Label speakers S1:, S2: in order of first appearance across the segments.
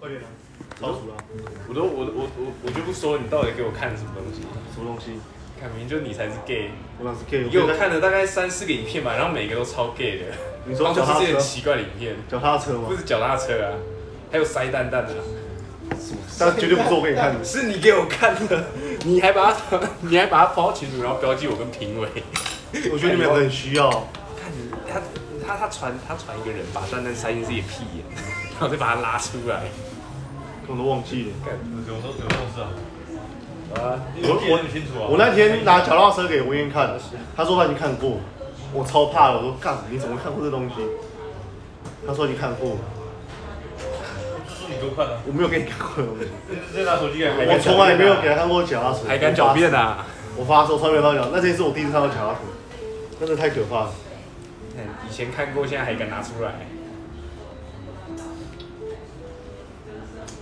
S1: 快点啊！超熟了，
S2: 我都我我我我就不说你到底给我看什么东西，
S1: 什么东西？
S2: 看明明就你才是 gay，
S1: 我哪是 gay？
S2: 你给我看了大概三四个影片吧，然后每个都超 gay 的，
S1: 你说
S2: 就
S1: 脚
S2: 是
S1: 踏
S2: 这些很
S1: 车？
S2: 奇怪的影片，
S1: 脚踏车吗
S2: 不？是脚踏车啊，还有塞蛋蛋的、啊，
S1: 但绝对不是我给你看 的。
S2: 是你给我看的， 你还把它 你还把它抛群组，然后标记我跟评委，
S1: 我觉得你们两个很需要。
S2: 看你他他他传他传一个人把蛋蛋塞进自己的屁眼，然后再把它拉出来，
S1: 我都忘记了。
S3: 有时候有时候是啊，
S2: 啊，
S3: 我我很清楚啊。
S1: 我那天拿脚踏车给文燕看，他说他已经看过，我超怕的。我说干，你怎么会看过这东西？他说你看过，
S3: 就是你都看啊，
S1: 我没有给你看过的东西，
S3: 再拿手机给
S1: 我从来没有给他看过脚踏车。
S2: 还敢狡辩啊？
S1: 我发？我发烧从来没有看到脚，那这是我第一次看到脚踏车，真的太可怕了。
S2: 以前看过，现在还敢拿出来。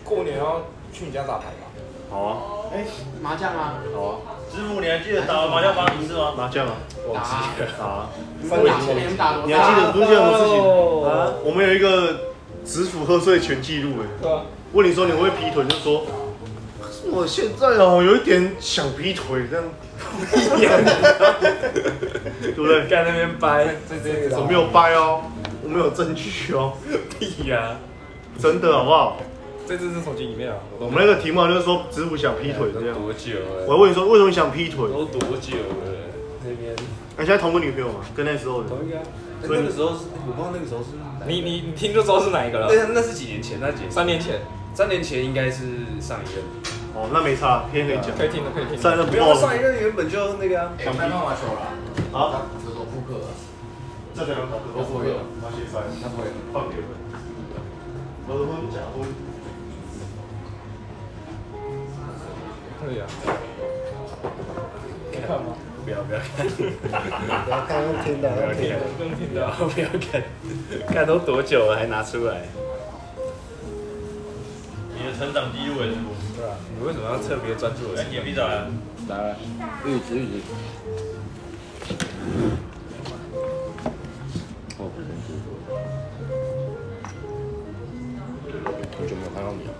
S4: 过年要去你家打牌吧？
S1: 好啊，
S5: 哎，麻将啊，
S1: 好啊，
S3: 师傅，你还记得打麻将打几次吗？
S1: 麻将啊，
S2: 忘记了，
S1: 打啊。
S5: 三打前面打多哦
S1: 你还记得
S5: 大？
S1: 不记得我们事情？
S4: 啊
S1: 我们有一个直属喝醉全记录哎。
S4: 对啊，
S1: 问你说你会不会劈腿，你就说我现在哦有一点想劈腿这样，对不 对？
S2: 在那边掰
S4: 这这
S1: 我没有掰哦，我没有证据哦，
S2: 屁呀！
S1: 真的好不好？
S4: 在这只手机里面啊，我
S1: 我
S4: 都
S1: 们那个题目就是说直属想劈腿这样。
S2: 多久
S1: 我还
S2: 了？
S1: 问你说为什么想劈腿？
S2: 都多久了？那边
S1: 哎，现在同个女朋友嘛，跟那时候的。
S2: 同一个啊。
S4: 那个时候是，我不知道那个时候是哪一个
S2: 你你你听就知道是哪一个了。
S4: 那
S2: 哎那是几年前？那几年？
S4: 三年前，
S2: 三年前应该是上一任。
S1: 哦，那没差，天天可以
S4: 可
S1: 讲。
S4: 以听的，可以听的。
S1: 上一任不
S2: 没有，啊
S1: 报
S2: 上
S1: 了
S2: 一任原本就那个啊。
S5: 哎，我刚刚玩球了，
S1: 啊？
S5: 我说扑克，
S1: 这两个
S5: 我不会，
S1: 拿去翻，
S5: 他不会。
S1: 放给我。我的婚假婚。
S4: 可以啊。
S2: 不要不要看，
S4: 刚刚听的，刚
S2: 听的
S4: 刚听
S2: 不
S4: 的
S2: 要。不要看，看都多久了还拿出来？
S3: 你的成长记录也是我。
S4: 对啊，
S2: 你为什么要特别专注我
S3: 来，你也闭嘴啊！
S4: 来来，
S5: 玉子玉子。哦，不认识。很久没有看到你了，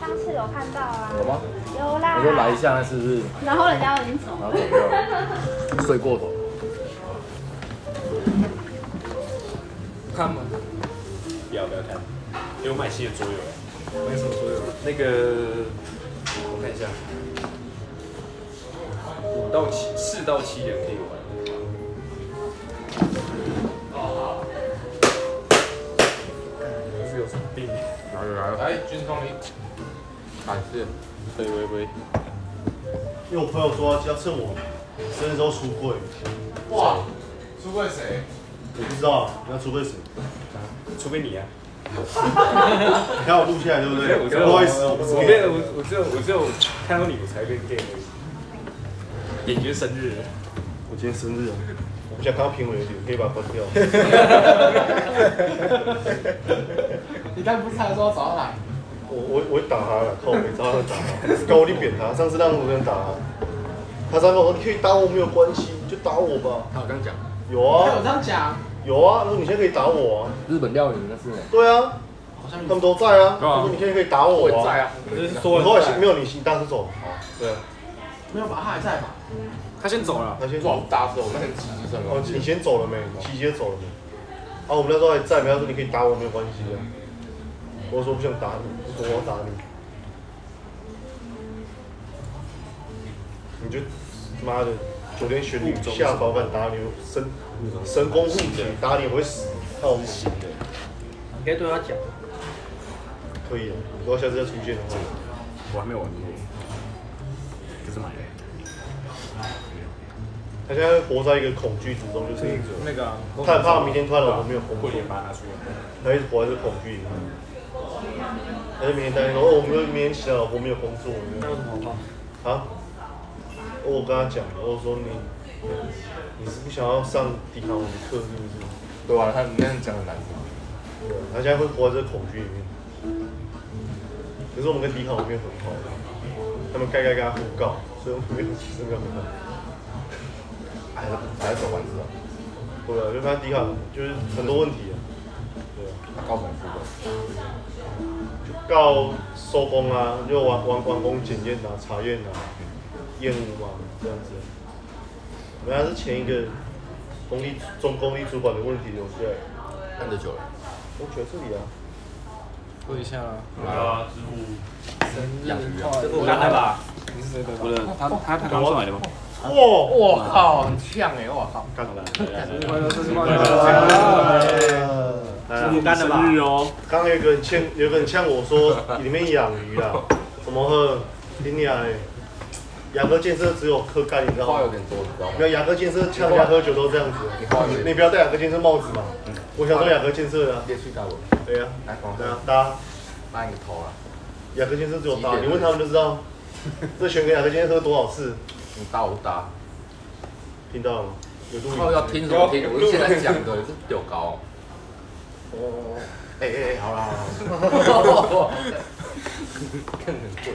S6: 上次有看到啊，
S5: 好吗？
S6: 有啦，
S5: 我就来一，下，那是不是？
S6: 然后人家都已经走了
S5: 然后。怎么样？睡过头。
S4: 看吗？
S2: 不要不要看，因为我买新的桌游了。
S4: 没什么作用。
S2: 那个，我看一下，五到七四到七人可以玩。是有什么病？
S5: 来来来，
S4: 来，军方林。
S5: 还是
S2: 喂喂喂！
S1: 因为我朋友说要趁我生日时候出柜，
S5: 哇，
S4: 出柜谁？
S1: 我不知道你要出柜谁。
S2: 除非你啊！
S1: 你看我录下来对不对？
S2: 我只有
S1: 不好意思，
S2: 我
S1: 我不是
S2: 我
S1: gay
S2: 变我我只有我只有看到你我才变 gay 而已。演员生日，
S1: 我今天生日啊，我不想看到评委的脸，可以把它关掉。
S5: 你刚不是还说早来？
S1: 我我我会打他了，靠，我没招他打他，高低扁他。上次让我人打他，他上次我说哦你可以打我没有关系，就打我吧。
S5: 他有这样讲，
S1: 有
S2: 哎
S5: 他有
S1: 啊
S5: 这样讲。
S1: 有啊，他说你现在可以打我啊。
S5: 日本料理那是呢，
S1: 对啊，
S5: 好像
S1: 他们都在啊。他说你现在可以打我啊。
S5: 我在啊，
S4: 我就是
S1: 我后
S4: 说
S1: 来没有你行，大叔走。对啊，
S5: 没有吧？他还在吧？
S4: 他先走了。
S1: 他先走
S5: 哇，。打死我，那很积极性
S1: 哦，你先走了没？琪姐走了没？啊，我们那时候还在，没有说你可以打我，没有关系啊。我说不想打你，我说我要打你，你就妈的昨天选你下手敢打你，神神功护体啊打你我会死，那我们行的，
S4: 你该对他讲。
S1: 可以的。啊如果下次再出现的话，
S2: 我还没有玩过，就是买的。
S1: 他现在活在一个恐惧之中，就是一个
S4: 那个啊，
S1: 他很怕明天突然老婆没有工
S2: 过
S1: 作。
S2: 年把它拿出来，
S1: 他一直活在这恐惧里面。他就明天担心说，哦，我们明天起来，我没有工作，我没
S4: 那
S1: 有
S4: 有什么
S1: 啊。
S4: 好
S1: 我跟他讲，我说你，你是不想要上抵抗我的课是不是？
S5: 对吧？他那样讲很难听。
S1: 对，啊他现在会活在这恐惧里面。可是我们跟迪卡那边很好，他们盖盖跟他互告，所以我们没有其实没有很好。
S5: 还是还是走完之后，
S1: 对啊，就发现迪卡就是很多问题啊。对啊，
S5: 他高层副的，
S1: 就到收工啊，就完完完工检验啊、查验啊、验屋啊这样子。我们还是前一个公立中公立主管的问题留下来，
S5: 按多久了？
S1: 我觉得这里啊，
S4: 喝一下啊，
S3: 对啊，植物。
S5: 养鱼啊？
S4: 这
S2: 我刚来吧，
S4: 你是谁的吧？
S2: 我的他他他刚上来的吗？
S1: 哇，
S5: 我靠，很呛哎！我靠，
S1: 干了，哎
S4: 快乐生日快
S1: 乐
S2: 是你干的吧？生日哦，
S1: 刚刚有一个人欠，有一个人欠我说里面养鱼 啦，怎么喝？你俩嘞，牙科建设只有喝干，你知道
S5: 话有
S1: 吗？
S5: 点多，你知道吗
S1: 没？有牙科建设呛人家喝酒都这样子，
S5: 你话有点嗯
S1: 你不要戴牙科建设帽子嘛。我想说牙科建设的啊，
S5: 别去打我，
S1: 对呀、
S5: 来
S1: 啊，
S5: 广
S1: 对
S5: 州
S1: 啊，，搭
S5: 拉你头啊！
S1: 牙科建设只有搭，
S5: 几点啊
S1: 你问他们就知道。这全跟牙科建设喝多少次？
S5: 你打我不打？
S1: 听到了吗？有录
S5: 靠，
S1: 音。
S5: 要听什么听？我是现在讲的，这丢高。
S1: 哦，
S5: 哎哎哎，好啦好啦，看很贵，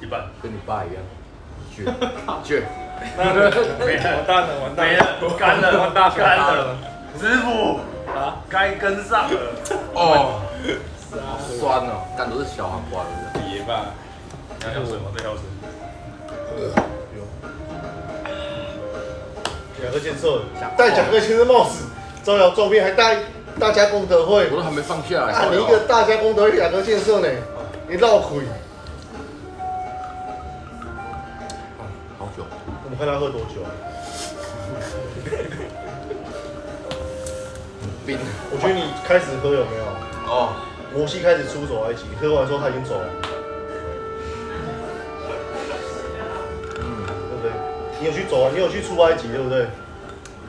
S3: 一半，
S5: 跟你爸一样，倔倔。
S3: 完蛋了，完蛋了，没了，干了，完蛋了，干了，师傅啊，该跟上了，
S5: 哦，酸哦，但都是小黄瓜，对不对？
S3: 别吧，要要水吗？对，要水。
S1: 牙科建设戴甲科建设帽子，招摇撞骗，还带大家功德会
S5: 我。都还没放下来。
S1: 啊，你一个大家功德会雅阁建设呢，你绕亏。
S5: 好久，
S1: 我们看他喝多久啊？
S5: 冰
S1: 我觉得你开始喝有没有？
S5: 哦，
S1: 摩西开始出走埃及，喝完之后他已经走了，对不对？你有去走啊？你有去出埃及对不对？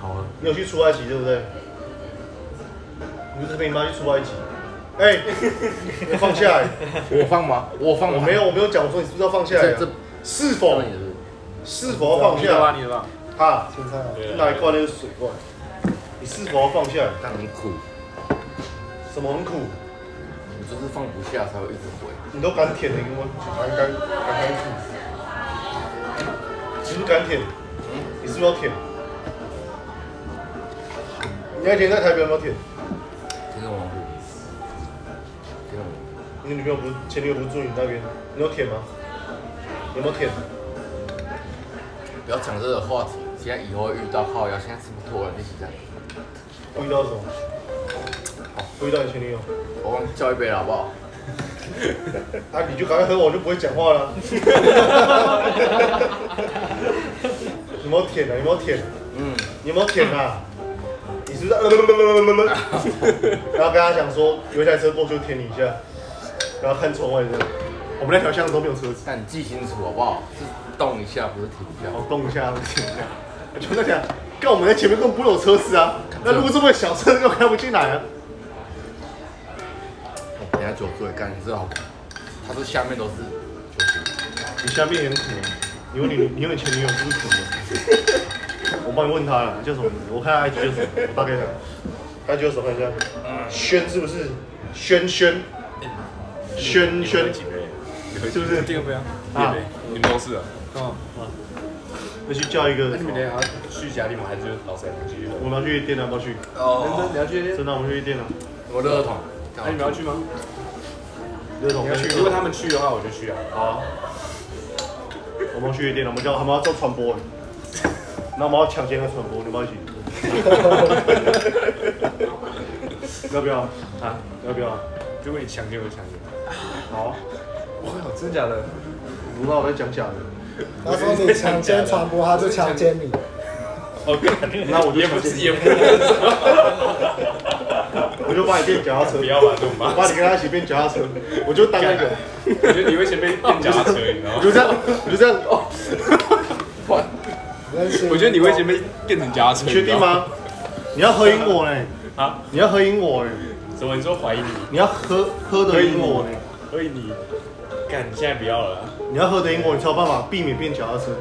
S5: 好了，
S1: 你有去出埃及对不对？你就是陪你妈去出埃及。哎、要放下来！
S5: 我放吗？我放
S1: 我
S5: 吗？
S1: 没有，我没有讲，我说你是不是要放下来、啊
S5: 这这？
S1: 是
S5: 这
S1: 否
S5: 也是
S1: 是否要放
S4: 你的
S1: 下
S4: 吧，
S1: 来？
S4: 你的吧。
S1: 啊，那一罐那个水罐，你是否要放下来？
S5: 但很苦，
S1: 什么很苦？
S5: 你就是放不下才会一直回。
S1: 你都敢舔，你跟我敢敢敢敢舔？你是不是敢舔？你是不是要舔？你那天在台北有没有舔？
S5: 天生王虎，天生王
S1: 你女朋友不是前女友不是住你那边？你有舔吗？有没有舔？
S5: 虎，不要讲这个话题。现在以后会遇到靠要现在是不是突然就起这样？
S1: 我遇到什么？我遇到你前女友，
S5: 我帮你叫一杯了好不好？
S1: 啊，你就赶快喝，我就不会讲话了。 有没有舔啊？有没有舔？
S5: 嗯，
S1: 你有没有舔啊？你是不是在呃然后跟他讲说有一台车过去舔你一下，然后看窗外的，我们那条巷子都没有车子，
S5: 但你记清楚好不好？是动一下不是停一下
S1: 然。后哦动一下舔一下，我就在想，看我们在前面根本不会有车子啊，那路这么小，车子又开不进来啊。
S5: 哦等一下酒醉，干你知道，他说下面都是酒精。
S1: 你下面也很苦啊，你问你 你问你前女友是不是苦的？我帮你问他了，你叫什么名字？我看他 IG 叫什么，我大概想，他哎叫什么看一下，轩是不是？轩轩，轩轩
S2: 几杯？
S1: 是不是？
S4: 这个不要。
S1: 啊，
S2: 你们都是啊？
S4: 哦，
S1: 那去叫一个
S4: 那你，们俩要
S2: 去家里吗？还是老三继续？
S1: 我们要去夜店啊，要不要去？
S4: 认
S2: 哦
S4: 真，你要去那边？
S1: 真的，我们去夜店啊，
S5: 我热桶，
S4: 那你们要去吗？
S1: 热桶
S4: 你要去？
S1: 去
S4: 如
S2: 如
S4: 果
S2: 果
S4: 他
S2: 他们去的话，我就去啊。
S1: 好啊。我们要去夜店了，我们叫他们要做传播，那我们要抢先和传播，你们要一起？ 要不要？啊，要不要？
S2: 如果你强奸，我就强奸。
S1: 好啊，
S4: 哇，真假的？
S1: 不知道我在讲假的，
S7: 他说你强奸传播，他就强奸你。
S3: 哦
S1: 那我就
S2: 也
S1: 抢
S2: 不
S1: 先
S2: 是，也不是。
S1: 我就把你变脚踏车，
S2: 不要玩这种吧
S1: 我把你跟他一起变脚踏车，我就当那个，
S2: 我觉得你会先被变脚踏车，你知道
S1: 我
S2: 吗？
S1: 就这样，我就这样，哦，
S2: 我觉得你会先被变成脚踏车，
S1: 确定？吗？你要合影我呢？
S2: 啊？
S1: 你要合影我呢？
S2: 怎么你说怀疑你？
S1: 你要喝喝得赢我呢？
S2: 所以你，干，你现在不要了啊。
S1: 你要喝得赢我，你才有办法避免变脚踏车。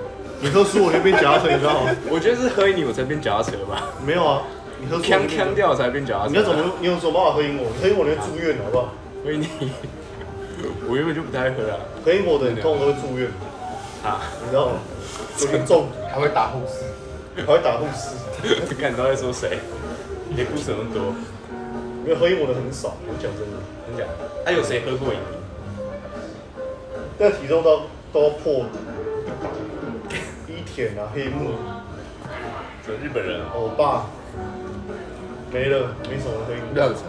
S1: 你喝输我就变脚踏车，你知道吗？
S2: 我觉得是喝你我才变脚踏车吧，
S1: 没有啊，你喝输我就
S2: 呛
S1: 变脚踏
S2: 呛
S1: 车
S2: 掉我才变脚踏车。
S1: 你要怎么？你有什么办法喝赢我？你喝赢我你会住院，好不好？
S2: 所以你，我原本就不太会喝啊。
S1: 喝赢我的你通常都会住院，
S2: 啊，
S1: 你知道吗？有点重，
S5: 还会打护士。
S1: 还会打护士。
S2: 看你到底在说谁？你的故事那么多，
S1: 因为喝赢我的很少，我讲真的，
S2: 真假的？还有谁喝过瘾？
S1: 那体重都都破一铁啊，黑幕，
S2: 这日本人啊，
S1: 欧巴，没了，没什么可以。
S5: 六成，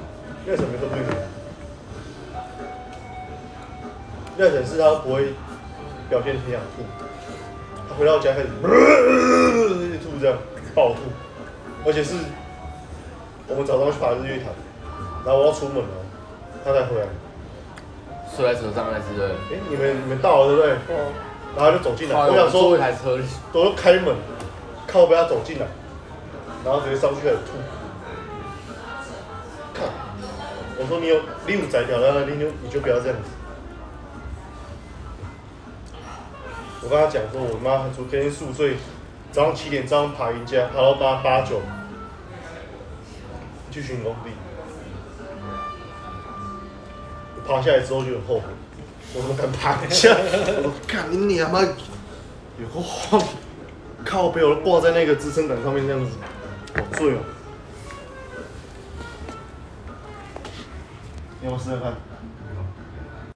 S1: 热忱没都对。热忱是他不会表现得很想吐，他回到家开始吐这样暴吐，而且是我们早上去爬日月潭，然后我要出门了，他才回来。
S5: 睡在车上那只人，
S1: 哎、你们你们到了对不对？然后他就走进来，我想
S5: 坐
S1: 说
S5: 一，台车里，
S1: 我就开门，靠背他走进来，然后直接上去开始吐。看，我说你有你有才调，那你就你就不要这样子。我跟他讲说，我妈昨天宿醉，早上七点早上爬云家，爬到八八九，去巡工地。我爬下来之后就很后悔，我怎么敢爬下？ 我干你娘妈！有个晃，靠背我都挂在那个支撑杆上面这样子，好醉哦。你要不试试看？